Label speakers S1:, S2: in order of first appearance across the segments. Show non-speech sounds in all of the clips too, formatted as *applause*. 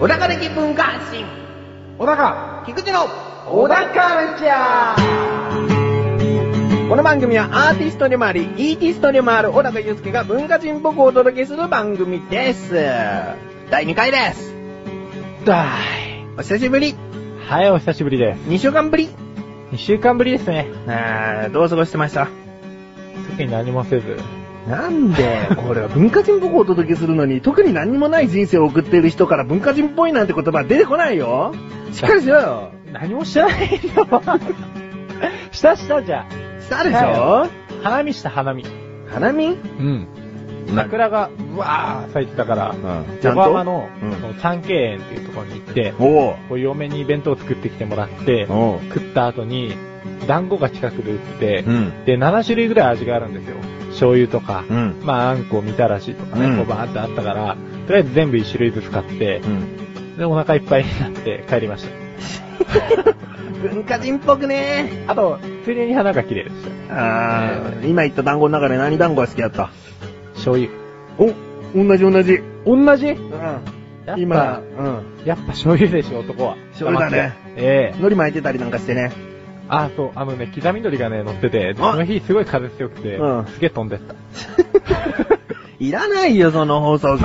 S1: 小高的文化発信。小高、菊池の小高ちゃん。この番組はアーティストでもあり、イーティストでもある小高祐介が文化人っぽくお届けする番組です。第2回です。
S2: だ
S1: お久しぶり。
S2: ーい。はい、お久しぶりです。
S1: 2週間ぶり。
S2: 2週間ぶりですね。
S1: えー、どう過ごしてました
S2: 特に何もせず。
S1: なんで、これは文化人っぽくお届けするのに、特に何もない人生を送っている人から文化人っぽいなんて言葉は出てこないよ。しっかりしろよ。
S2: 何もしてないの *laughs* したしたじゃ
S1: したでしょ
S2: は花見した花見。
S1: 花見 *laughs*
S2: うん。
S1: な
S2: 桜が、うわー咲いてたから、
S1: うんちゃんと
S2: 横浜の、
S1: うん
S2: その三景園っていうところに行って、
S1: おう
S2: お嫁に弁当作ってきてもらって、
S1: おう
S2: 食った後に、団子が近くで売ってて、
S1: ん。
S2: で、7種類ぐらい味があるんですよ。醤油とか、
S1: うん。
S2: まあ、あんこ、みたらしとかね、
S1: うん
S2: こうバーってあったから、とりあえず全部1種類ずつ買って、
S1: うん。
S2: で、お腹いっぱいになって帰りました。
S1: 文化人っぽくね
S2: あと、ついでに花が綺麗でした。
S1: あー、今言った団子の中で何団子が好きだった
S2: 醤油。
S1: お、同じ同じ。
S2: 同じ
S1: うん。
S2: やっぱ
S1: 今、うん。
S2: やっぱ醤油でしょ、男は。
S1: 醤油だね
S2: 黙って。ええ
S1: 海苔巻いてたりなんかしてね。
S2: あ、そう、あのね、刻み鶏がね、乗ってて、そ
S1: あ
S2: の日すごい風強くて、
S1: うん
S2: すげえ飛んでった。
S1: *laughs* いらないよ、その法則。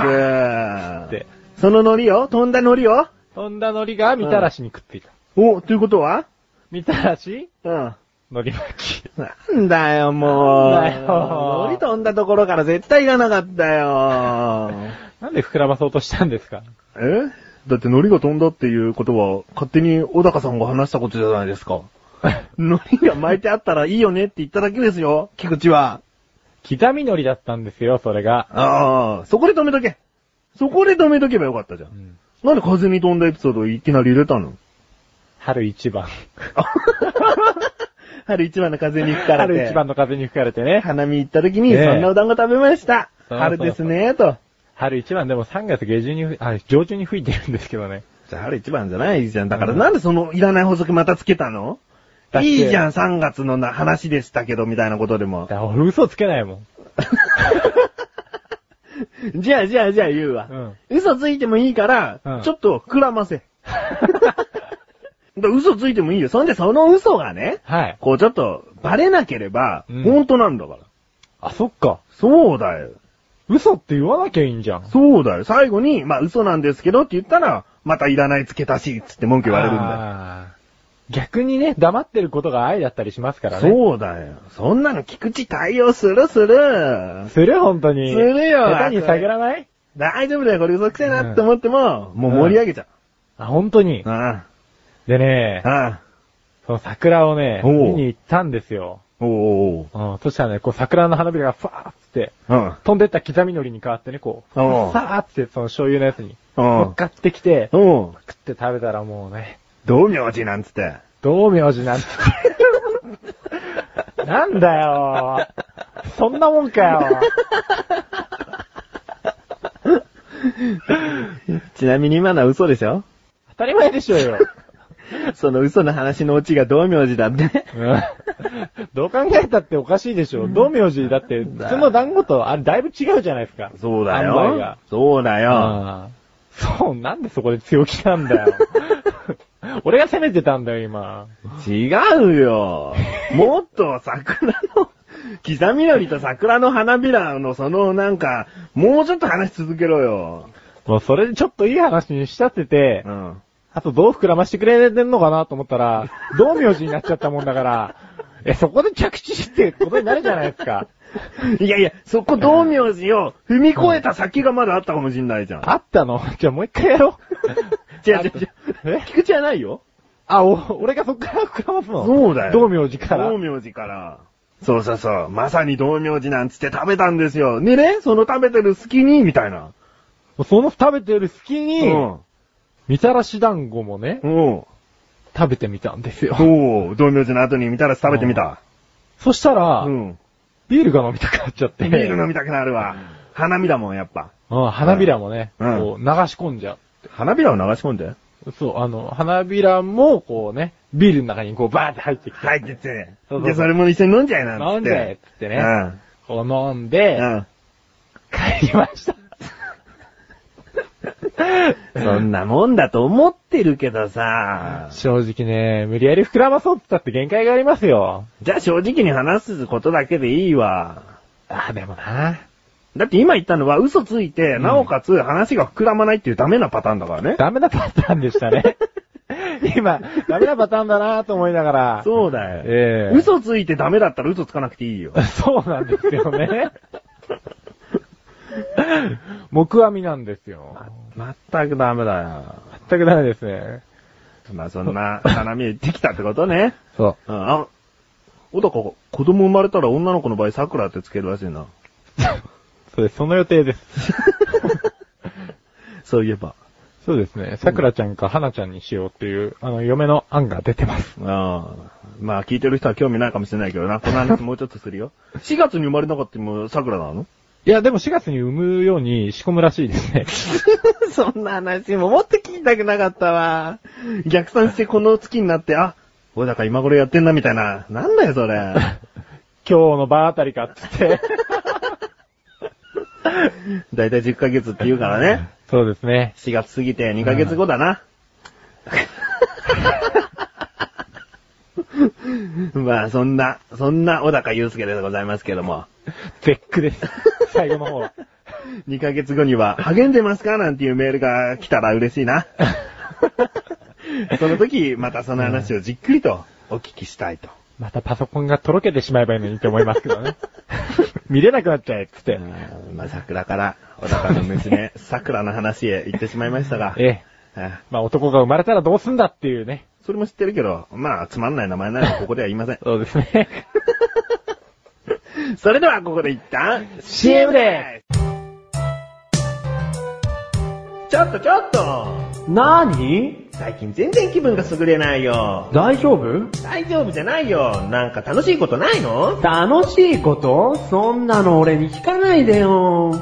S2: で、
S1: その海苔を飛んだ海苔を
S2: 飛んだ海苔がみたらしにくっついた。
S1: お、ということは
S2: みたらし
S1: うん。
S2: 海苔巻き。
S1: なんだよ、もう。
S2: なんだよ
S1: 海苔飛んだところから絶対いらなかったよ。 *laughs*
S2: なんで膨らまそうとしたんですか *laughs*
S1: えだって海苔が飛んだっていうことは、勝手に小高さんが話したことじゃないですか。海苔が巻いてあったらいいよねって言っただけですよ、菊池は。
S2: 刻み海苔だったんですよ、それが。
S1: ああ、そこで止めとけ。そこで止めとけばよかったじゃ。
S2: うんん
S1: なんで風に飛んだエピソードをいきなり入れたの
S2: 春一番。
S1: *laughs* 春一番の風に吹かれて。
S2: 春一番の風に吹かれてね。
S1: 花見行った時に、
S2: ねえ
S1: そんなお団子食べました。
S2: そうそうそう
S1: 春ですね、と。
S2: 春一番でも3月下旬に、あ、上旬に吹いてるんですけどね。
S1: じゃあ春一番じゃないじゃん。だから
S2: うん
S1: なんでそのいらない法則またつけたの
S2: だって
S1: いいじゃん、3月のな話でしたけど、みたいなことでも
S2: だ。から俺嘘つけないもん。
S1: *laughs* じゃあ、じゃあ、じゃあ言うわ。嘘ついてもいいから、
S2: うん
S1: ちょっと膨らませ。 *laughs* だ嘘ついてもいいよ。そんでその嘘がね、
S2: はい。
S1: こうちょっとバレなければ、
S2: うん
S1: 本当なんだから。
S2: あ、そっか。
S1: そうだよ。
S2: 嘘って言わなきゃいいんじゃん。
S1: そうだよ。最後に、まあ嘘なんですけどって言ったら、またいらない付け足し、つって文句言われるんだよ。
S2: だ逆にね、黙ってることが愛だったりしますからね。
S1: そうだよ。そんなの菊池対応するする。
S2: する本当に。
S1: するよ
S2: 下手に下げらない
S1: 大丈夫だよ、これ嘘くせえなって思っても、もう盛り上げちゃう。
S2: あ、本当に。
S1: あ
S2: でね
S1: あ、、ああ、
S2: その桜をね、
S1: おう
S2: 見に行ったんですよ。
S1: おおお
S2: うん、そしたらね、こう桜の花びらがファーって、
S1: うん。
S2: 飛んでった刻み海苔に変わってね、こう、フ
S1: おう
S2: ァーってその醤油のやつに、
S1: お
S2: 乗っかってきて、
S1: お
S2: 食って食べたらもうね、
S1: 道明寺なんつって。
S2: 道明寺 *laughs* なんて。なんだよ。そんなもんかよ。
S1: *laughs* ちなみに今のは嘘でしょ
S2: 当たり前でしょうよ。
S1: その嘘の話のオチが道明寺だって。
S2: うん *laughs* どう考えたっておかしいでしょ。道明寺だって、普通の団子とあれだいぶ違うじゃないですか。
S1: そうだ
S2: 販売が
S1: よ。。そうだよ。
S2: うんそう、なんでそこで強気なんだ *laughs* よ。俺が責めてたんだよ、今。
S1: 違うよ。もっと桜の、刻みのりと桜の花びらのそのなんか、もうちょっと話し続けろよ。
S2: もうそれでちょっといい話に仕立てて
S1: う、ん。
S2: あとどう膨らましてくれてんのかなと思っ
S1: *laughs*
S2: たら、道明寺になっちゃったもんだから、え、そこで着地してことになるじゃないですか。
S1: *laughs* いやいや、そこ道明寺を踏み越えた先がまだあったかもしんないじゃん。
S2: あったのじゃあもう一回やろう。
S1: *laughs* 違う違う違う
S2: え。
S1: 菊池はないよ。
S2: あ、お、俺がそっから膨らますの
S1: そうだよ
S2: 道明寺から。
S1: 道明寺から。そうそうそう。まさに道明寺なんつって食べたんですよ。でね、その食べてる隙に、みたいな。
S2: その食べてる隙
S1: う
S2: に、
S1: ん。
S2: みたらし団子もね、
S1: うん。
S2: 食べてみたんですよ。
S1: そう、道明寺の後にみたらし食べてみた。
S2: そしたら、
S1: うん。
S2: ビールが飲みたくなっちゃって。
S1: ビール飲みたくなるわ。花見だもん、やっぱ。
S2: うん、花びらもね、
S1: うん
S2: こう流し込んじゃ
S1: 花びらを流し込んで
S2: う。そう、あの、花びらもこうね、ビールの中にこうバーって入ってきて。
S1: 入ってって
S2: そうそう。
S1: で、それも一緒に飲んじゃいな、
S2: 飲ん
S1: つ
S2: でっつってね
S1: うん。
S2: こう飲んで、
S1: うん。
S2: 帰りま *laughs* した。
S1: そんなもんだと思ってるけどさ。
S2: 正直ね、無理やり膨らまそうって言ったって限界がありますよ。
S1: じゃあ正直に話すことだけでいいわ。
S2: あ、でもな。
S1: だって今言ったのは嘘ついて、
S2: ん
S1: なおかつ話が膨らまないっていうダメなパターンだからね。
S2: ダメなパターンでしたね。 *laughs* 今、ダメなパターンだなと思いながら。
S1: そうだよ。
S2: ええ
S1: 嘘ついてダメだったら嘘つかなくていい *laughs* よ。
S2: そうなんですよね。 *laughs* 木阿弥なんですよ。
S1: まったくダメだよ。
S2: 全くダメですね。
S1: まあそんな、花見言ってきたってことね。
S2: そう。
S1: うん、あ、小高、子供生まれたら女の子の場合桜ってつけるらしいな。
S2: そうです。その予定 *laughs* です。
S1: *laughs* そういえば。
S2: そうですね。桜ちゃんか花ちゃんにしようっていう、あの、嫁の案が出てます。
S1: ああ。まあ聞いてる人は興味ないかもしれないけどな。この話もうちょっとする *laughs* よ。4月に生まれなかったも桜なの
S2: いや、でも4月に産むように仕込むらしいですね。
S1: *laughs* そんな話ももっと聞きたくなかったわ。逆算してこの月になって、あ、小高今頃やってんなみたいな。なんだよそれ。
S2: *laughs* 今日の場あたりかっつって。
S1: だいたい10ヶ月って言うからね。
S2: *laughs* そうですね。
S1: 4月過ぎて2ヶ月後だな。 *laughs* まあ、そんな、そんな小高祐介でございますけども。
S2: 絶句です。最後の方は。
S1: 2ヶ月後には、励んでますかなんていうメールが来たら嬉しい *laughs* な。その時、またその話をじっくりとお聞きしたいと。
S2: またパソコンがとろけてしまえばいいのにって思いますけ *laughs* どね。見れなくなっちゃえっつって。
S1: うんまあ、桜から、小高の *laughs* 娘、桜の話へ行ってしまいましたが。
S2: ええ。
S1: あ
S2: まあ男が生まれたらどうすんだっていうね。
S1: それも知ってるけど、まあ、つまんない名前ならここでは言いません。
S2: そうですね。
S1: *laughs* それではここで一旦
S2: CM です
S1: ちょっとちょっと
S2: なーに
S1: 最近全然気分が優れないよ。
S2: 大丈夫
S1: 大丈夫じゃないよ。なんか楽しいことないの
S2: 楽しいことそんなの俺に聞かないでよ。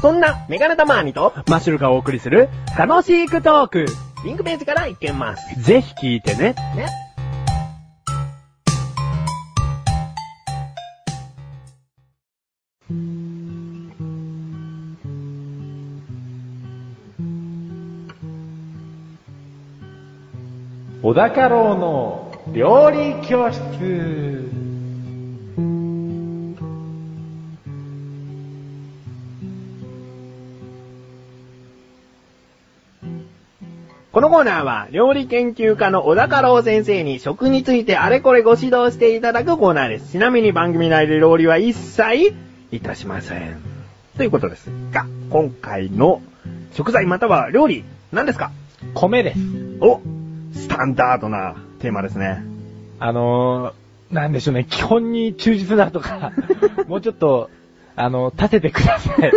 S1: そんなメガネタマーニと
S2: マシュルがお送りする楽しいクトーク。
S1: リンクページからいけます。
S2: ぜひ聞いてね。
S1: ね。
S2: 小高郎の料理教室。
S1: このコーナーは料理研究家の小高郎先生に食についてあれこれご指導していただくコーナーです。ちなみに番組内で料理は一切いたしません。ということですが、今回の食材または料理、何ですか
S2: 米です。
S1: おスタンダードなテーマですね。
S2: あのー、なんでしょうね、基本に忠実だと *laughs* か、もうちょっと、あの、立ててくださ *laughs* い。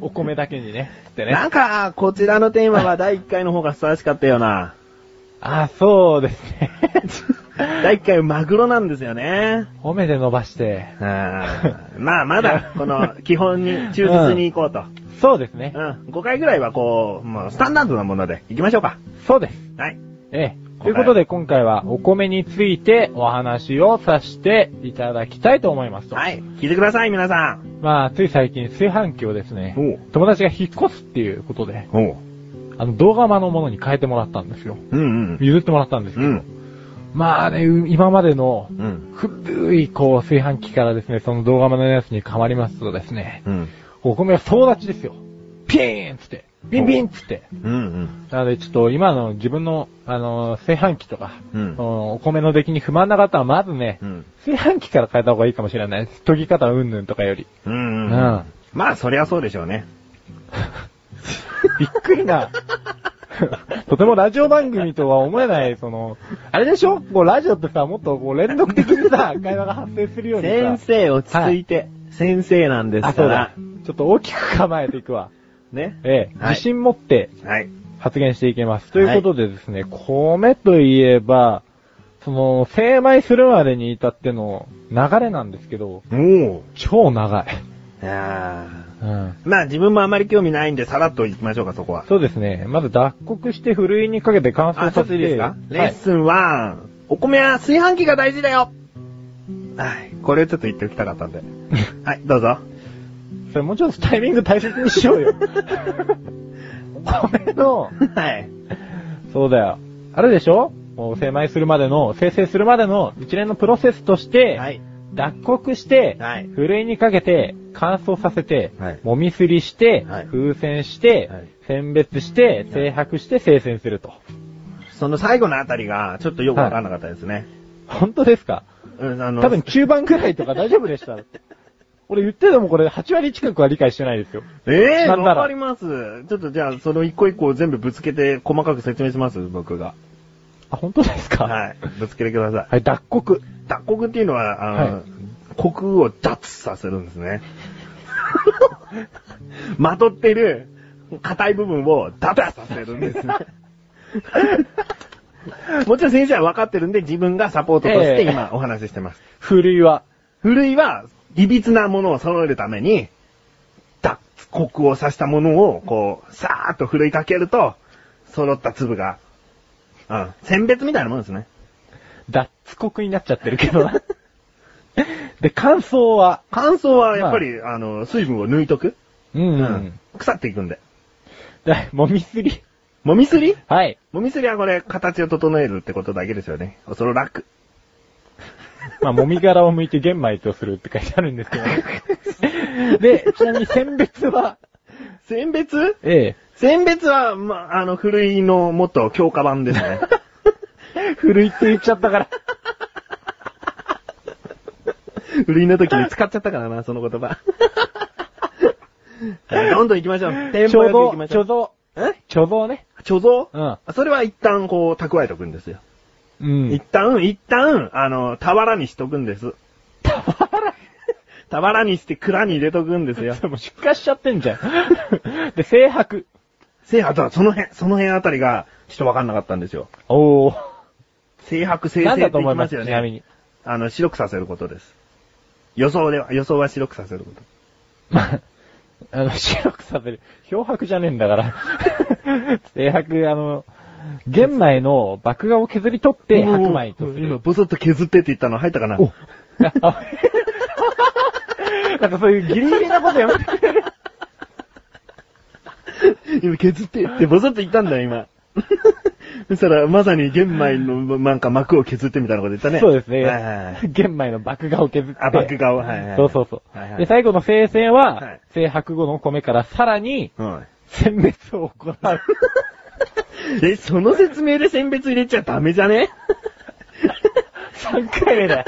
S2: お米だけにね。ってね。
S1: なんか、こちらのテーマは第1回の方がふさわしかったよう *laughs* な。
S2: あ、そうですね。 *laughs*
S1: 第1回マグロなんですよね。
S2: 褒めて伸ばして。
S1: うんまあまだ、この、基本に忠実に行こうと。
S2: そうですね
S1: う。ん。5回ぐらいはこう、もうスタンダードなもので行きましょうか。
S2: そうです。
S1: はい。
S2: ええ。ということで今回はお米についてお話をさせていただきたいと思いますと。
S1: はい。聞いてください、皆さん。
S2: まあ、つい最近炊飯器をですね
S1: おう、
S2: 友達が引っ越すっていうことで、
S1: おう。
S2: あの、動画間のものに変えてもらったんですよ。
S1: うんうん。
S2: 譲ってもらったんですけ
S1: う
S2: ど、
S1: ん。
S2: まあね、う今までの
S1: うん。
S2: 古い、こう、炊飯器からですね、その動画のやつに変わりますとですね、
S1: うん。
S2: お米は総立ちですよ。ピーンっつって、ビンビンっつって。
S1: うん。
S2: なので、ちょっと今の自分の、あの、炊飯器とか、
S1: うん
S2: そのお米の出来に不満な方は、まずね、
S1: うん。
S2: 炊飯器から変えた方がいいかもしれないです。研ぎ方うんぬんとかより。
S1: うん。
S2: う
S1: うん
S2: ん。
S1: まあ、そりゃそうでしょうね。
S2: *laughs* びっくりな。とてもラジオ番組とは思えない、その、あれでしょこう、ラジオってさ、もっとこう、連続的
S1: *laughs*
S2: にさ、会話が発生するようにさ。
S1: 生、落て、先生なんで
S2: あ、そうだ。ちょっと大きく構えていくわ。
S1: ね。
S2: ええ、
S1: はい
S2: 自信持って
S1: はい。
S2: 発言していけます。ということでですね、米といえば、その、精米するまでに至っての流れなんですけど、
S1: おう。
S2: 超長い。
S1: ああ。
S2: うん。
S1: まあ自分もあまり興味ないんで、さらっと行きましょうか、そこは。
S2: そうですね。まず脱穀してふるいにかけて乾燥
S1: あ、
S2: さ
S1: ちょ
S2: せ。
S1: ってといいですか、レ
S2: は
S1: ッ
S2: い。
S1: スン1。お米は炊飯器が大事だよはい。これをちょっと言っておきたか *laughs* ったんで。はい、どうぞ。
S2: それもうちょっとタイミング大切にしよう *laughs* よ。米の、
S1: *laughs* はい。
S2: そうだよ。あれでしょもう精米するまでの、生成するまでの一連のプロセスとして、
S1: はい。
S2: 脱穀して、
S1: はい
S2: ふるいにかけて、乾燥させて、
S1: はい
S2: もみすりして、
S1: はい
S2: 風船して、
S1: はい
S2: 選別して、精白して精選すると。
S1: その最後のあたりが、ちょっとよくわかんなかったですね。
S2: 本当ですか
S1: うん、あの、
S2: 多分9番くらいとか大丈夫で *laughs* した。俺言っててもこれ8割近くは理解してないですよ。
S1: ええ
S2: なんな
S1: わ
S2: ら
S1: かります。ちょっとじゃあ、その一個一個を全部ぶつけて、細かく説明します、僕が。
S2: あ、本当ですかい。
S1: はい。ぶつけてください。
S2: はい、脱穀。
S1: 脱穀っていうのは、あの、
S2: はい
S1: コクを脱させるんですね。 *laughs* まとってる硬い部分を脱させるん
S2: *laughs*
S1: ですね。もちろん先生は分かってるんで自分がサポートとして
S2: ええ
S1: 今お話ししてます。
S2: ふるいは、
S1: ふるいは、いびつなものを揃えるために、脱穀をさしたものを、こう、さーっとふるいかけると、揃った粒が、うん、選別みたいなもんですね。
S2: 脱穀になっちゃってるけどな。 *laughs* で、乾燥は、
S1: 乾燥はやっぱり、あの、水分を抜いとく。
S2: うん、う
S1: うんん。。腐っていくんで。
S2: で、もみすり。
S1: もみすり
S2: はい。
S1: もみすりはこれ、形を整えるってことだけですよね。おそらく。
S2: まあ、もみ殻を剥いて玄米とするって書いてあるんですけ
S1: *laughs*
S2: どね。で、ちなみに選別は、
S1: 選別
S2: え
S1: 選別は、ま、あの、古いのもっと強化版です *laughs* ね。
S2: え、ふるいって言っちゃったから。
S1: 古いの時に使っちゃったからな、その言 *laughs* 葉。どんどん行きましょう。テン
S2: 貯
S1: ポよく行きま
S2: 蔵、
S1: しょ
S2: 貯
S1: う。
S2: 蔵、
S1: え
S2: 貯蔵ね。
S1: 貯蔵
S2: うん。
S1: それは一旦こう蓄えとくんですよ。
S2: うん
S1: 一。旦、一旦、あの、俵にしとくんです。俵にして蔵に入れとくんです *laughs* よ
S2: そ。れもう出荷しちゃってんじゃん。で、精白。
S1: せあとはその辺、その辺あたりが、ちょっとわかんなかったんですよ。
S2: おー。
S1: 制白生成
S2: な
S1: っ
S2: ん
S1: て
S2: だと
S1: 言
S2: 思い
S1: い
S2: ま
S1: ますすよ
S2: ちなみ
S1: ね。
S2: に。
S1: あの、白くさせることです。予想では、予想は白くさせること。
S2: まあ、あの、白くさせる。漂白じゃねえんだから。 *laughs* 精白、あの、玄米の麦芽を削り取って白米とす
S1: 今、
S2: る。
S1: ボソッと削ってって言ったの入ったかな
S2: お *laughs* なんかそういうギリギリなことやめてくれる。
S1: *laughs* 今、削ってってボソッと言ったんだよ、今。 *laughs* そしたら、まさに玄米の、なんか膜を削ってみたいなこと言ったね。
S2: そうですね
S1: はいはいはい。。
S2: 玄米の麦芽を削って。
S1: あ、麦芽を、はいはい。
S2: そうそうそう。
S1: はいは
S2: で、
S1: い。
S2: 最後の生成は、
S1: はい
S2: 生白後の米からさらに、
S1: うん
S2: 選別を行う。
S1: *laughs* え、その説明で選別入れちゃダメじゃ
S2: *laughs*
S1: ね
S2: 3回目だよ。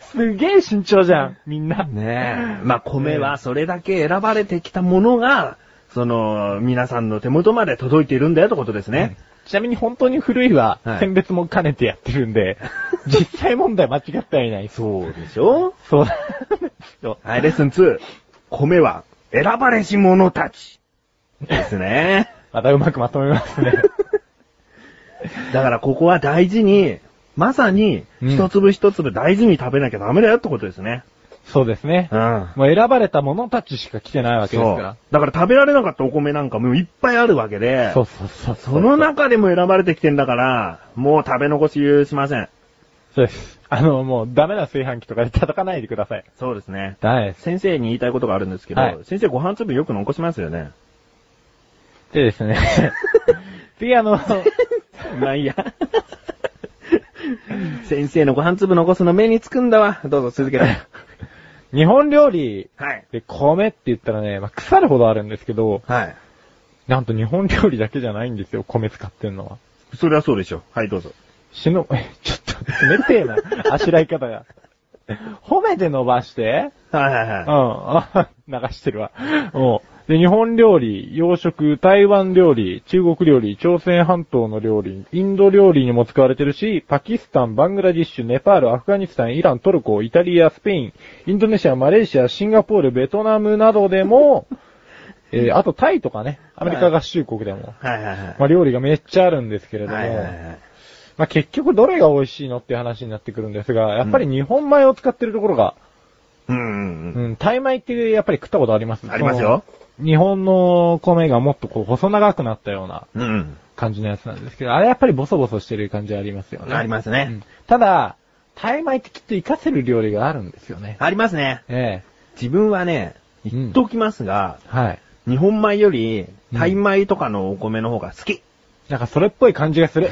S2: すげえ慎重じゃん、みんな。
S1: ねえ。まあ、米はそれだけ選ばれてきたものが、その、皆さんの手元まで届いているんだよってことですね。
S2: ちなみに本当に古いは
S1: は、い
S2: 選別も兼ねてやってるん *laughs* で、実際問題間違ってはいない。
S1: そうでしょ
S2: そうなんですよ。
S1: はい、レッスン2。米は選ばれし者たち。です
S2: *laughs*
S1: ね。
S2: またうまくまとめますね。
S1: だからここは大事に、まさに、
S2: うん
S1: 一粒一粒大事に食べなきゃダメだよってことですね。
S2: *laughs* そうですね。
S1: うん。
S2: もう選ばれた者たちしか来てないわけです
S1: そ
S2: か
S1: う。だから食べられなかったお米なんかもういっぱいあるわけで
S2: ら。、そうそうそう。
S1: その中でも選ばれてきてんだから、もう食べ残し許しません。
S2: そうです。あの、もうダメな炊飯器とかで叩かないでください。
S1: そうですね。
S2: ダメです。
S1: 先生に言いたいことがあるんですけど、
S2: はい
S1: 先生ご飯粒よく残しますよ *laughs* ね。
S2: でですね。 *laughs* 次あ *laughs* の、
S1: まあいいや。先生のご飯粒残すの目につくんだわ。どうぞ続けて。
S2: 日本料理
S1: はい。
S2: で米って言ったらね、まあ、腐るほどあるんですけど、
S1: はい。
S2: なんと日本料理だけじゃないんですよ、米使ってんのは。
S1: それはそうでしょ。はい、どうぞ。
S2: 死の、え、ちょっと、冷てえな、あしらい方が。褒めて伸ばして、
S1: はいはいは
S2: う
S1: い
S2: ん、。 *laughs* あ流してるわ。もう。で、日本料理、洋食、台湾料理、中国料理、朝鮮半島の料理、インド料理にも使われてるし、パキスタン、バングラディッシュ、ネパール、アフガニスタン、イラン、トルコ、イタリア、スペイン、インドネシア、マレーシア、シンガポール、ベトナムなどでも、えー、あとタイとかね、アメリカ合衆国でも、
S1: はいはいはい。
S2: まあ料理がめっちゃあるんですけれども、
S1: はいはいはい。
S2: まあ結局どれが美味しいのっていう話になってくるんですが、やっぱり日本米を使ってるところが
S1: うんうん
S2: う
S1: うん。
S2: ん、タイ米ってやっぱり食ったことあります
S1: ありますよ。
S2: その日本の米がもっとこう細長くなったような
S1: うん
S2: 感じのやつなんですけど、あれやっぱりボソボソしてる感じありますよ
S1: うん。
S2: ね。
S1: あります
S2: う
S1: ね
S2: ん。ただ、タイ米ってきっと活かせる料理があるんですよね。
S1: ありますね。
S2: え
S1: 自分はね、
S2: うん
S1: 言っておきますが、
S2: えはい。
S1: 日本米より、
S2: うん
S1: タイ米とかのお米の方が好き。
S2: なんかそれっぽい感じがする。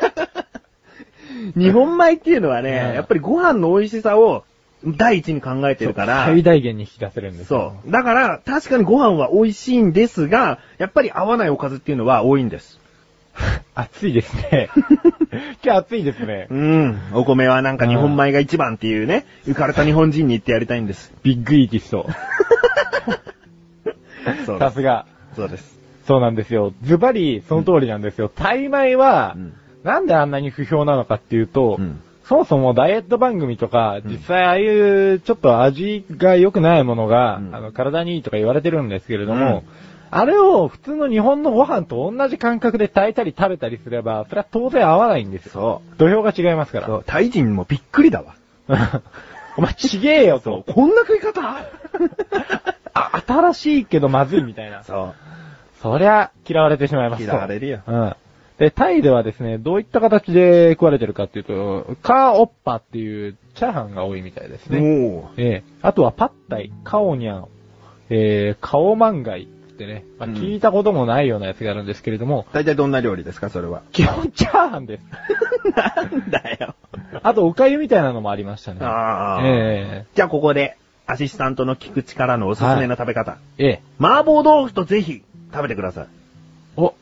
S1: *laughs* 日本米っていうのはね、
S2: うん
S1: やっぱりご飯の美味しさを第一に考えてるから、
S2: 最大限に引き出せるんですよ
S1: そう。だから、確かにご飯は美味しいんですが、やっぱり合わないおかずっていうのは多いんです。
S2: *laughs* 暑いです
S1: *laughs*
S2: ね。今日暑いですね
S1: う。ん。お米はなんか日本米が一番っていうね、浮かれた日本人に言ってやりたいんです。
S2: ビッグイーティスト。
S1: そうで
S2: さ
S1: す。
S2: すが。
S1: そうです。
S2: そうなんですよ。ズバリ、その通りなんですよ。タイ米は、
S1: うん
S2: なんであんなに不評なのかっていうと、
S1: うん
S2: そもそもダイエット番組とか、
S1: うん
S2: 実際ああいうちょっと味が良くないものが、
S1: うん
S2: あの体にいいとか言われてるんですけれど
S1: う
S2: も、
S1: ん
S2: あれを普通の日本のご飯と同じ感覚で炊いたり食べたりすれば、それは当然合わないんですよ。
S1: そう。
S2: 土俵が違いますか
S1: そ
S2: ら。
S1: う、タイ人もびっくりだわ。
S2: *laughs* お前ちげえよと。
S1: こんな食い方
S2: *laughs* あ、新しいけどまずいみたいな。
S1: *laughs* そう。
S2: そりゃ、嫌われてしまいますと
S1: 嫌われるよ
S2: うん。で、タイではですね、どういった形で食われてるかっていうと、カーオッパっていうチャーハンが多いみたいですね。
S1: も
S2: ええあとはパッタイ、カオニャン、えー、カオマンガイってね、まあ、
S1: うん
S2: 聞いたこともないようなやつがあるんですけれども、
S1: う、大体どんな料理ですか、それは。
S2: 基本チャーハンです。
S1: なんだよ。
S2: あと、おかゆみたいなのもありましたね。
S1: ああ。
S2: え
S1: じゃあここで、アシスタントの菊池からのおすすめの食べ方。
S2: えええ
S1: 麻婆豆腐とぜひ食べてください。
S2: お、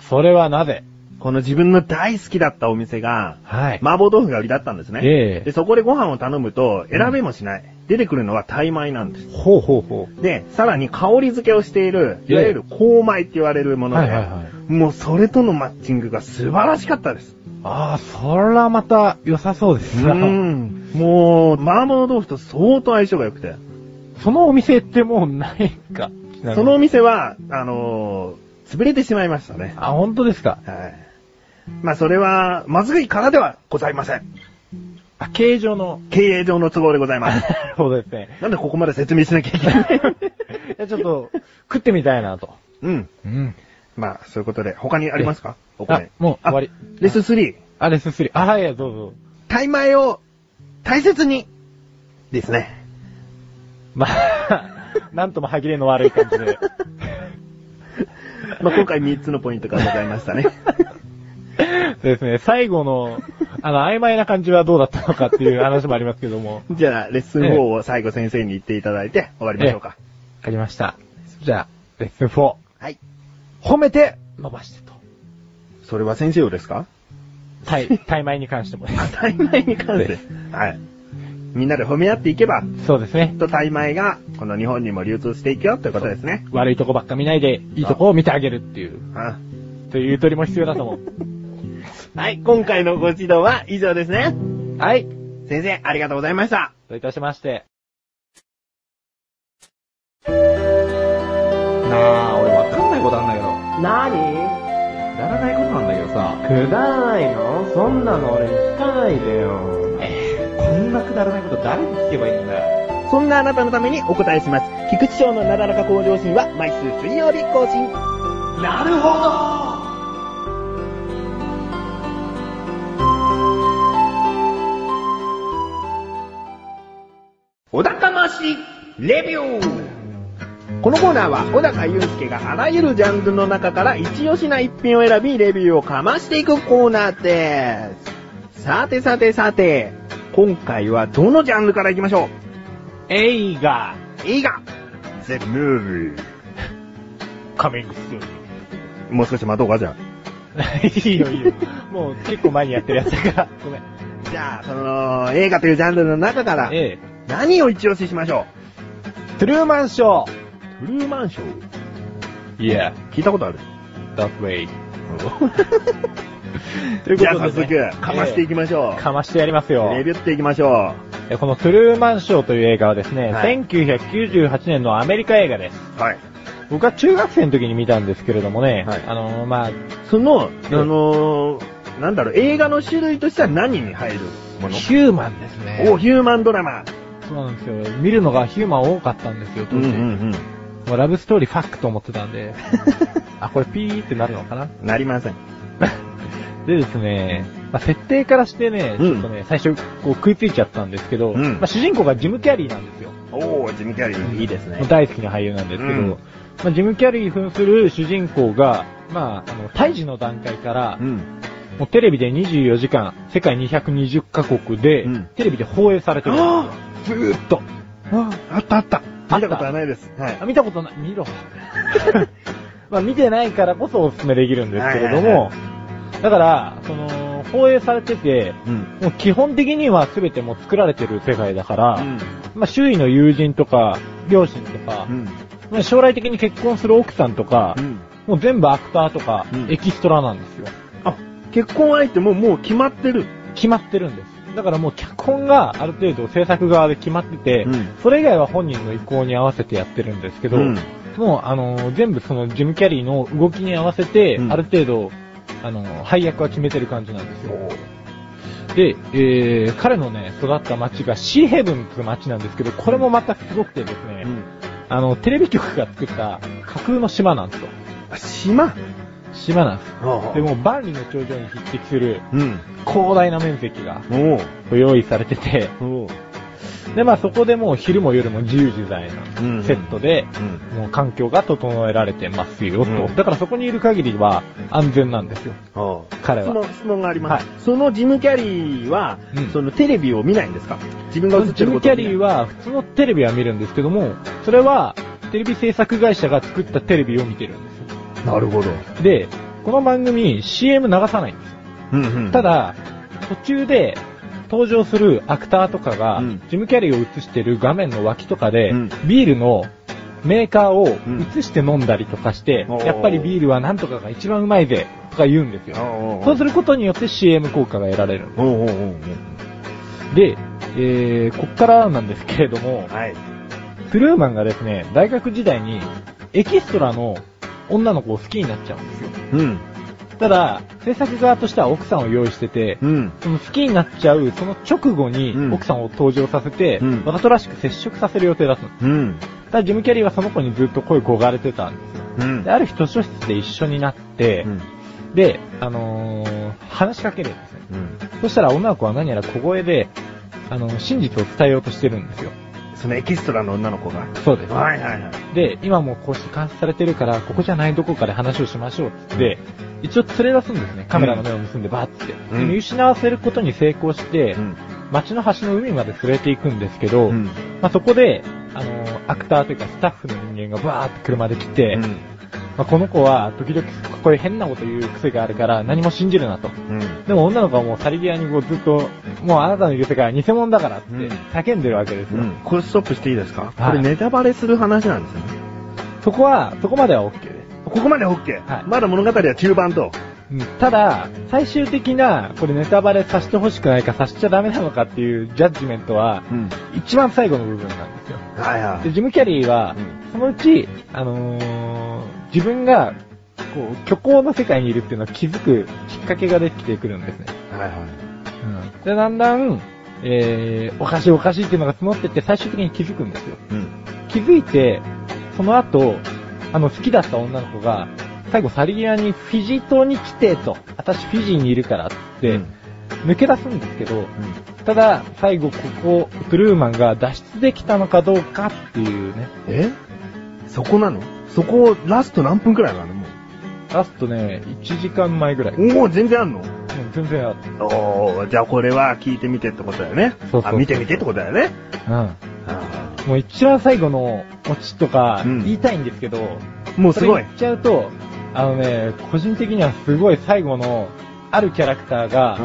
S2: それはなぜ
S1: この自分の大好きだったお店が、
S2: はい。
S1: 麻婆豆腐が売りだったんですね。
S2: ええ
S1: で、そこでご飯を頼むと、選べもしない。出てくるのはタイ米なんです。
S2: ほうほうほ
S1: で、さらに香り付けをしている、
S2: ええ
S1: いわゆる香米って言われるもので、
S2: はいはいは
S1: もうそれとのマッチングが素晴らしかったです。
S2: う。ああ、そらまた良さそうです
S1: う
S2: な。
S1: ん。もう、麻婆豆腐と相当相性が良くて。
S2: そのお店ってもうないか。
S1: そのお、店は、あのー潰れてしまいましたね。
S2: あ、本当ですか。
S1: はい。まあそれは、まずいからではございません。
S2: あ、形状の。
S1: 経営上の都合でございます。 *laughs*
S2: なるほどです *laughs* ね。
S1: なんでここまで説明しなきゃい *laughs* けない
S2: いや、ちょっと、食ってみたいなと。
S1: うん。
S2: うん。
S1: まあ、そういうことで、他にありますかお米。
S2: あもう
S1: あ
S2: 終わ
S1: レッスン3、
S2: あれ、すすり。あ、はい、どうぞ。
S1: タイ米を大切にですね。 *laughs*
S2: ま *laughs* あ、なんとも歯切れの悪い感じで。
S1: まあ、今回3つのポイントがございました *laughs* ね。
S2: そうですね。最後の、あの、曖昧な感じはどうだったのかっていう話もありますけども。
S1: じゃあ、レッスン4を最後先生に言っていただいて終わりましょうか。
S2: ありました。じゃあ、レッスン4。
S1: はい。
S2: 褒めて、伸ばしてと。
S1: それは先生用です *laughs* か
S2: タイ、タイ米に関してもです。
S1: タイ米に関して。 *laughs* はい。みんなで褒め合っていけば、
S2: そうですね
S1: きっ。とタイ米がこの日本にも流通していくよということですね。
S2: 悪いとこばっか見ないで、いいとこを見てあげるっていう。
S1: あ
S2: というゆとりも必要だと思
S1: はい、今回のご指導は以上ですね。
S2: う。はい。
S1: 先生、ありがとうございました。
S2: といたしまして。なあ、俺わかんないことあんだけど。
S3: なに
S2: くだらないことなんだけどさ。
S3: くだらないのそんなの俺聞かないでよ。
S2: こんなくだらないこと誰に聞けばいいんだよ。
S1: そんなあなたのためにお答えします。菊池賞のなだらか向上心は毎週水曜日更新。
S3: なるほど
S1: 小高ましレビューこのコーナーは小高祐介があらゆるジャンルの中から一押しな一品を選びレビューをかましていくコーナーです。さてさてさて、今回はどのジャンルからいきましょ
S2: 映画、
S1: う映画 !The Movie!
S2: カミングスー
S1: もう少し待とうか、じゃあ。
S2: *laughs* ン。いいよいいよ。もう結構前にやってるやつだから。ごめん。
S1: じゃあ、その、映画というジャンルの中から、
S2: ええ。
S1: 何を一押ししましょ
S2: トゥルーマンショ
S1: うブルーマンショー。
S2: ー。Yeah,
S1: 聞いた *laughs* ことある。
S2: that way. と
S1: じゃあ早速、かましていき
S2: ま
S1: ましょう。
S2: かましてやりますよ。
S1: レビューっていきましょ
S2: えこのトゥルーマンショーという映画はですね、
S1: はい
S2: 1998年のアメリカ映画です。
S1: う。はい。
S2: 僕は中学生の時に見たんですけれどもね、
S1: はい
S2: あのーまあ、
S1: その、あのー、なんだろう、映画の種類としては何に入るもの
S2: ヒューマンですね。
S1: お、ヒューマンドラマ。
S2: そうなんですよ。見るのがヒューマン多かったんですよ、当
S1: う
S2: 時。
S1: んうん
S2: もうラブストーリーファックと思ってた
S1: *laughs*
S2: んで。あ、これピーってなるのかな *laughs*
S1: うん。なりません。
S2: でですね、まあ、設定からしてね、ち
S1: うん
S2: ょっとね、最初こう食いついちゃったんですけど、
S1: うん
S2: まあ、主人公がジム・キャリーなんですよ。
S1: おー、ジムキャリー。いいですね
S2: もう。大好きな俳優なんですけど、
S1: うん
S2: まあ、ジム・キャリー扮する主人公が、まあ、あの、胎児の段階から、
S1: うん。
S2: もうテレビで24時間、世界220カ国で、
S1: うん
S2: テレビで放映されてるん
S1: あ
S2: で
S1: ーずーっと。
S2: すよ。
S1: あったあった。
S2: た
S1: 見たことはないです。はい
S2: あ。見たことない、見ろ。 *laughs* まあ見てないからこそおすすめできるんですけれども、
S1: は
S2: だから、その、放映されてて、
S1: うん。
S2: もう基本的には全てもう作られてる世界だから、
S1: うん。
S2: まあ周囲の友人とか、両親とか、
S1: うん。
S2: まあ将来的に結婚する奥さんとか、
S1: うん。
S2: もう全部アクターとか
S1: う、ん
S2: エキストラなんですよ。
S1: あ、結婚相手ももう決まってる。
S2: 決まってるんです。だからもう脚本がある程度制作側で決まってて、
S1: うん
S2: それ以外は本人の意向に合わせてやってるんですけど、
S1: うん
S2: もうあのー全部そのジム・キャリーの動きに合わせて、
S1: うん
S2: ある程度、あのー配役は決めてる感じなんですよ。で、えー、彼のね、育った街がシーヘブンって街なんですけど、これもまたすごくてですね、
S1: うん。
S2: あの、テレビ局が作った架空の島なんですよ。
S1: あ島
S2: 島なんです。
S1: で、
S2: でもう万里の長城に匹敵する
S1: うん。
S2: 広大な面積が
S1: おー。
S2: 用意されてて、
S1: おー。
S2: で、まあそこでもう昼も夜も自由自在
S1: うんうん
S2: なセットで、
S1: うん。
S2: もう環境が整えられてますよと、
S1: うん
S2: だからそこにいる限りは安全なんですよ、
S1: おー。
S2: 彼
S1: 質
S2: は。
S1: 問、質問があります。
S2: は
S1: そのジムキャリーは、
S2: うん
S1: そのテレビを見ないんですか自分が映って
S2: ジ
S1: るこ
S2: ム・
S1: と
S2: キ
S1: を
S2: ャ
S1: 見
S2: リ
S1: ない
S2: ーは普通のテレビは見るんですけども、それはテレビ制作会社が作ったテレビを見てるんですよ。
S1: なるほど。
S2: で、この番組 CM 流さないんですよ。
S1: うんうん
S2: た、だ、途中で登場するアクターとかが、
S1: うん
S2: ジム・キャリーを映してる画面の脇とかで、
S1: うん
S2: ビールのメーカーを
S1: ん
S2: 映して飲んだりとかして、
S1: おー
S2: やっぱりビールはなんとかが一番うまいぜ、とか言うんですよ。
S1: そ
S2: そうすることによって CM 効果が得られる。
S1: おうおうおうおう
S2: で、えー、こっからなんですけれども、
S1: はい。
S2: スルーマンがですね、大学時代にエキストラの女の子を好きになっちゃうんですよ。
S1: うん。
S2: ただ、制作側としては奥さんを用意してて、
S1: うん。
S2: その好きになっちゃう、その直後に
S1: うん
S2: 奥さんを登場させて、
S1: うん
S2: わざとらしく接触させる予定だったの。
S1: うん。
S2: ただ、ジム・キャリーはその子にずっと声焦がれてたんですよ。
S1: うん
S2: で、ある日図書室で一緒になって、で、あのー、話しかけるんですね。
S1: うん。
S2: そしたら女の子は何やら小声で、あの、真実を伝えようとしてるんですよ。
S1: そのエキストラの女の子が。
S2: そうです。
S1: はいはいはい。
S2: で、今もうこうして監視されてるから、ここじゃないどこかで話をしましょうっつって、一応連れ出すんですね。カメラの目を結んでバーって。
S1: うん
S2: で見失わせることに成功して、
S1: ん。
S2: 街の端の海まで連れていくんですけど、
S1: うん。
S2: まあ、そこで、あのーアクターというかスタッフの人間がバーって車で来て、
S1: うん
S2: まあ、この子は時々こういう変なこと言う癖があるから何も信じるなと。
S1: うん。
S2: でも女の子はもう去り際にこうずっと、もうあなたの言う世界は偽物だからって
S1: うん
S2: 叫んでるわけです
S1: う
S2: よ。
S1: ん。これストップしていいですか、
S2: はい
S1: これネタバレする話なんですよね。
S2: そこは、そこまでは OK です。
S1: ここまで OK。
S2: はい
S1: まだ物語は中盤と。
S2: うんただ、最終的な、これネタバレさせてほしくないかさせちゃダメなのかっていうジャッジメントは、
S1: うん。
S2: 一番最後の部分なんですよ。
S1: はいは
S2: で、
S1: い。
S2: ジム・キャリーは
S1: うん、
S2: そのうち、あのー自分が、こう、虚構の世界にいるっていうのを気づくきっかけができてくるんですね。
S1: はいはい。
S2: うん。で、だんだん、えー、おかしいおかしいっていうのが募ってって最終的に気づくんですよ。
S1: うん。
S2: 気づいて、その後、あの、好きだった女の子が、最後、去り際にフィジー島に来て、と。私、フィジーにいるから、って、
S1: うん
S2: 抜け出すんですけど、ただ、最後、ここ、ブルーマンが脱出できたのかどうかっていうね。
S1: えそこなのそこ、ラスト何分くらいなのも
S2: ラストね、1時間前ぐらい。
S1: う。おお全然あんの
S2: うん全然あっ
S1: おー、じゃあこれは聞いてみてってことだよね。
S2: そうそうそ
S1: あ、
S2: う
S1: 見てみてってことだよね。
S2: た。うん。もう一番最後のオチとか
S1: うん
S2: 言いたいんですけど、
S1: もうすご
S2: それ
S1: い
S2: 言。っちゃうと、あのね、個人的にはすごい最後の、あるキャラクターが、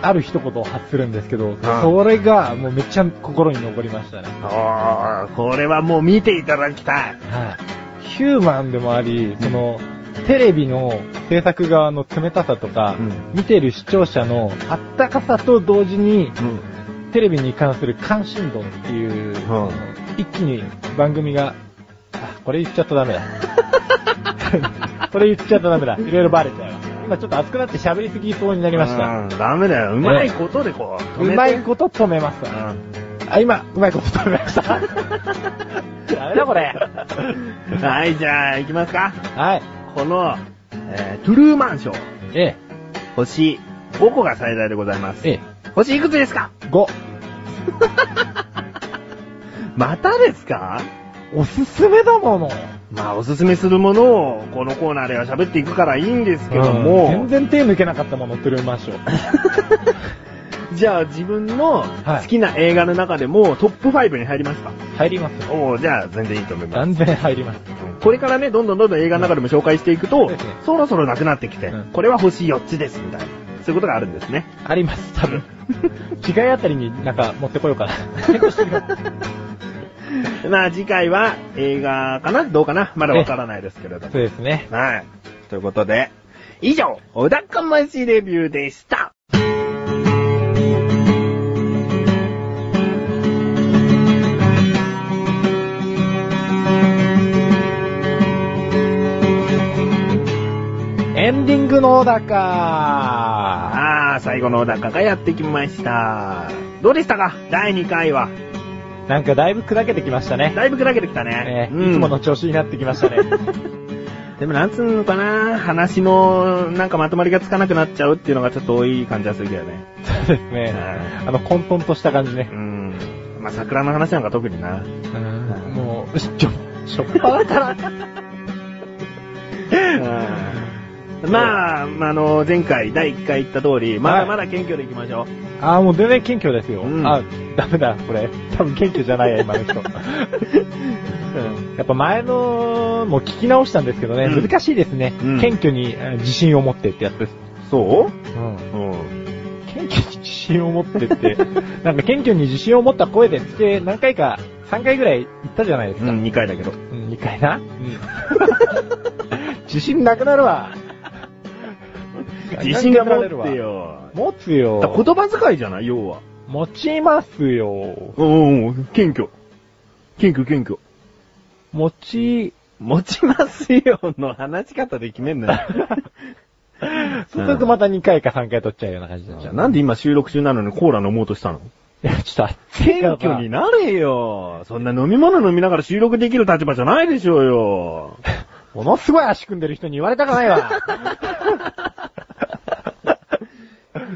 S2: ある一言を発するんですけど、それがもうめっちゃ心に残りましたね。
S1: あー、これはもう見ていただきたい。
S2: はい。ヒューマンでもあり、その、テレビの制作側の冷たさとか、
S1: うん
S2: 見てる視聴者のあったかさと同時に、テレビに関する関心度っていう、
S1: うん
S2: 一気に番組が、あ、これ言っちゃったダメだ。 *laughs* これ言っちゃったダメだ。いろいろバレちゃうわ。今ちょっと熱くなって喋りすぎそうになりました。
S1: うんダメだよ。うまいことでこう、止めて
S2: *laughs* うまいこと止めますわ。
S1: うん
S2: あ、今、うまいこと食べました。
S1: *laughs* ダメだこれ。はい、じゃあ、行きますか。
S2: はい。
S1: この、えー、トゥルーマンショー、
S2: え
S1: 星5個が最大でございます。
S2: え、え
S1: 星いくつですか *laughs*
S2: え、5。
S1: またですか
S2: おすすめだもの。
S1: まあ、おすすめするものを、このコーナーでは喋っていくからいいんですけど
S2: うん
S1: も、
S2: 全然手抜けなかったもの、トゥルーマンション。
S1: *laughs* じゃあ自分の
S2: はい
S1: 好きな映画の中でもトップ5に入りますか
S2: 入りますよ。
S1: おーじゃあ全然いいと思います。
S2: 断然入ります。
S1: これからね、どんどんどんどん映画の中でも紹介していくと
S2: うん、
S1: そろそろなくなってきて
S2: うん、
S1: これは星4つです、みたいな。そういうことがあるんですね。
S2: あります、多
S1: *laughs*
S2: 分。着替えあたりになんか持ってこようかな。結構してるよ。
S1: まあ次回は映画かなどうかなまだわからないですけれど。
S2: そうですね。
S1: はい。ということで、以上、小高ましレビューでした。
S2: エンディングの小高
S1: あー、最後の小高がやってきました。どうでしたか第2回は。
S2: なんかだいぶ砕けてきましたね。
S1: だいぶ砕けてきたね
S2: え。
S1: うん
S2: えいつもの調子になってきまし
S1: *laughs*
S2: たね。
S1: でもなんつうのかな話のなんかまとまりがつかなくなっちゃうっていうのがちょっと多い感じがするけどね。
S2: そうですね。あの、混沌とした感じね
S1: う。ん。まあ桜の話なんか特にな。
S2: うんもう、し *laughs* ょ、しょっぱ
S1: わからん。まあ、まあ、あの、前回、第1回言った通り、まだまだ謙虚でいきましょう。
S2: ああ、もう全然謙虚ですよ。
S1: うん
S2: あ、ダメだ、これ。 *laughs* 多分謙虚じゃないや、今
S1: *laughs*
S2: の人。やっぱ前の、もう聞き直したんですけどね、
S1: うん
S2: 難しいですね。
S1: うん
S2: 謙虚にえー自信を持ってってやつです。
S1: そう
S2: うん。
S1: うん。
S2: 謙虚に自信を持って
S1: *laughs*
S2: って、なんか謙虚に自信を持った声でって何回か、3回ぐらい言ったじゃないです
S1: う
S2: か。
S1: ん、2回だけど。
S2: うん、2回な。うん。 *laughs* 自信なくなるわ。
S1: 自信が
S2: なく *laughs*
S1: 持
S2: なるわ
S1: って。よ。
S2: 持つ
S1: だ
S2: よ。
S1: 言葉遣いじゃない要は。
S2: 持ちますよ。
S1: うんうん、謙虚。謙虚、謙虚。
S2: 持ち、
S1: 持ちますよの話し方で決めん *laughs* なよ。
S2: そうするとまた2回か3回取っちゃうような感じになっち
S1: じ
S2: ゃ
S1: ゃ
S2: う
S1: あ。なんで今収録中なのにコーラ飲もうとしたの
S2: いや、ちょっと暑
S1: 謙
S2: いから
S1: 虚になれよ。そんな飲み物飲みながら収録できる立場じゃないでしょう
S2: *laughs*
S1: よ。
S2: ものすごい足組んでる人に言われたくないわ。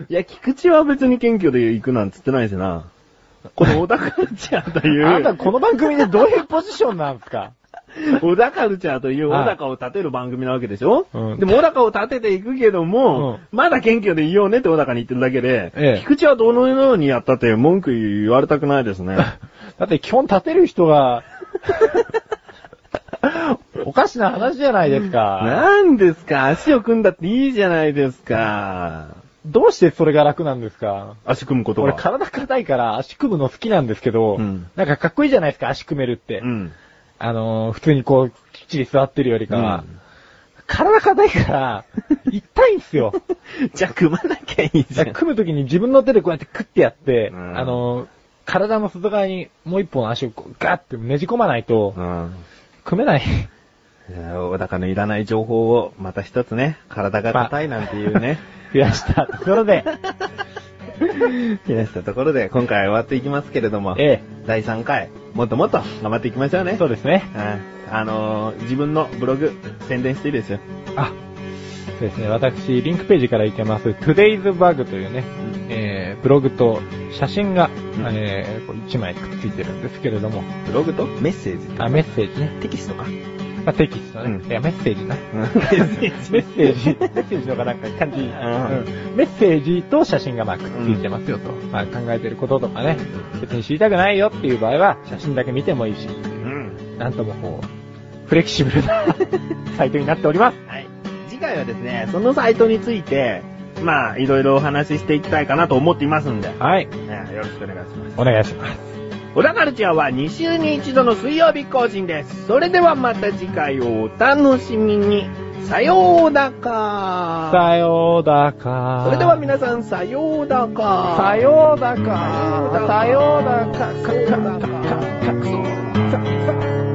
S1: いや、菊池は別に謙虚で行くなんつってないしな。この小田カルチャーとい
S2: あんた
S1: う、
S2: この番組でどういうポジションなんですか
S1: 小田カルチャーという
S2: はい
S1: 小高を立てる番組なわけでしょ、
S2: うん
S1: でも小高を立てていくけども、まだ謙虚でいようねって小高に言ってるだけで、
S2: ええ
S1: 菊池はどのようにやったって文句言われたくないです
S2: *laughs*
S1: ね。
S2: だって基本立てる
S1: *laughs*
S2: 人が、おかしな話じゃないですか。
S1: なんですか足を組んだっていいじゃないですか。
S2: どうしてそれが楽なんですか
S1: 足組むこと
S2: 俺
S1: が。
S2: 体硬いから足組むの好きなんですけど、
S1: うん
S2: なんかかっこいいじゃないですか、足組めるって。
S1: うん。
S2: あのー、普通にこう、きっちり座ってるよりかは。
S1: うん
S2: 体硬
S1: *laughs*
S2: いから、痛いんすよ。
S1: じゃあ組まなきゃいいじゃ
S2: だ
S1: ん
S2: から。組むときに自分の手でこうやってクッてやって、
S1: うん
S2: あの、体の外側にもう一本足をこうガッてねじ込まないと、
S1: うん。
S2: 組め
S1: *laughs*
S2: ない。
S1: いや小高のいらない情報を、また一つね、体が硬いなんていうね、
S2: 増やしたところで、
S1: 気にしたところで、今回は終わっていきますけれども、
S2: え
S1: 第3回、もっともっと頑張っていきましょう
S2: え、
S1: ね。
S2: そう
S1: う
S2: ですね。
S1: ん。あのー、自分のブログ、宣伝していいですよ。
S2: あ、そうですね。私、リンクページからいけます、Today's Bug というね、えー、ブログと写真が、えー、こう1枚くっついてるんですけれども、
S1: ブログとメッセージと
S2: あ、メッセージね。
S1: テキストか。メ
S2: あ、テキストね。
S1: うん
S2: いや、メッセージな。
S1: ッセージ。
S2: メッセージ、メッセージのかなんか感じ、
S1: ん
S2: メッセージと写真がまあくっついてますよと、まあ、考えてることとかね、別に知りたくないよっていう場合は、写真だけ見てもいいし、
S1: うん。
S2: なんともこう、フレキシブルな *laughs* サイトになっております。
S1: はい。次回はですね、そのサイトについて、まあ、いろいろお話ししていきたいかなと思っていますんで、
S2: はい、
S1: ねよろしくお願いします。
S2: お願いします。
S1: 小田カルチャーは2週に1度の水曜日更新です。それではまた次回をお楽しみに。さようだか。
S2: さようだか。
S1: それでは皆さんさようだか。
S2: さようだか。
S1: さ
S2: さ
S1: よ
S2: よ
S1: う
S2: う
S1: だ
S2: だ
S1: か
S2: か。
S1: さようだか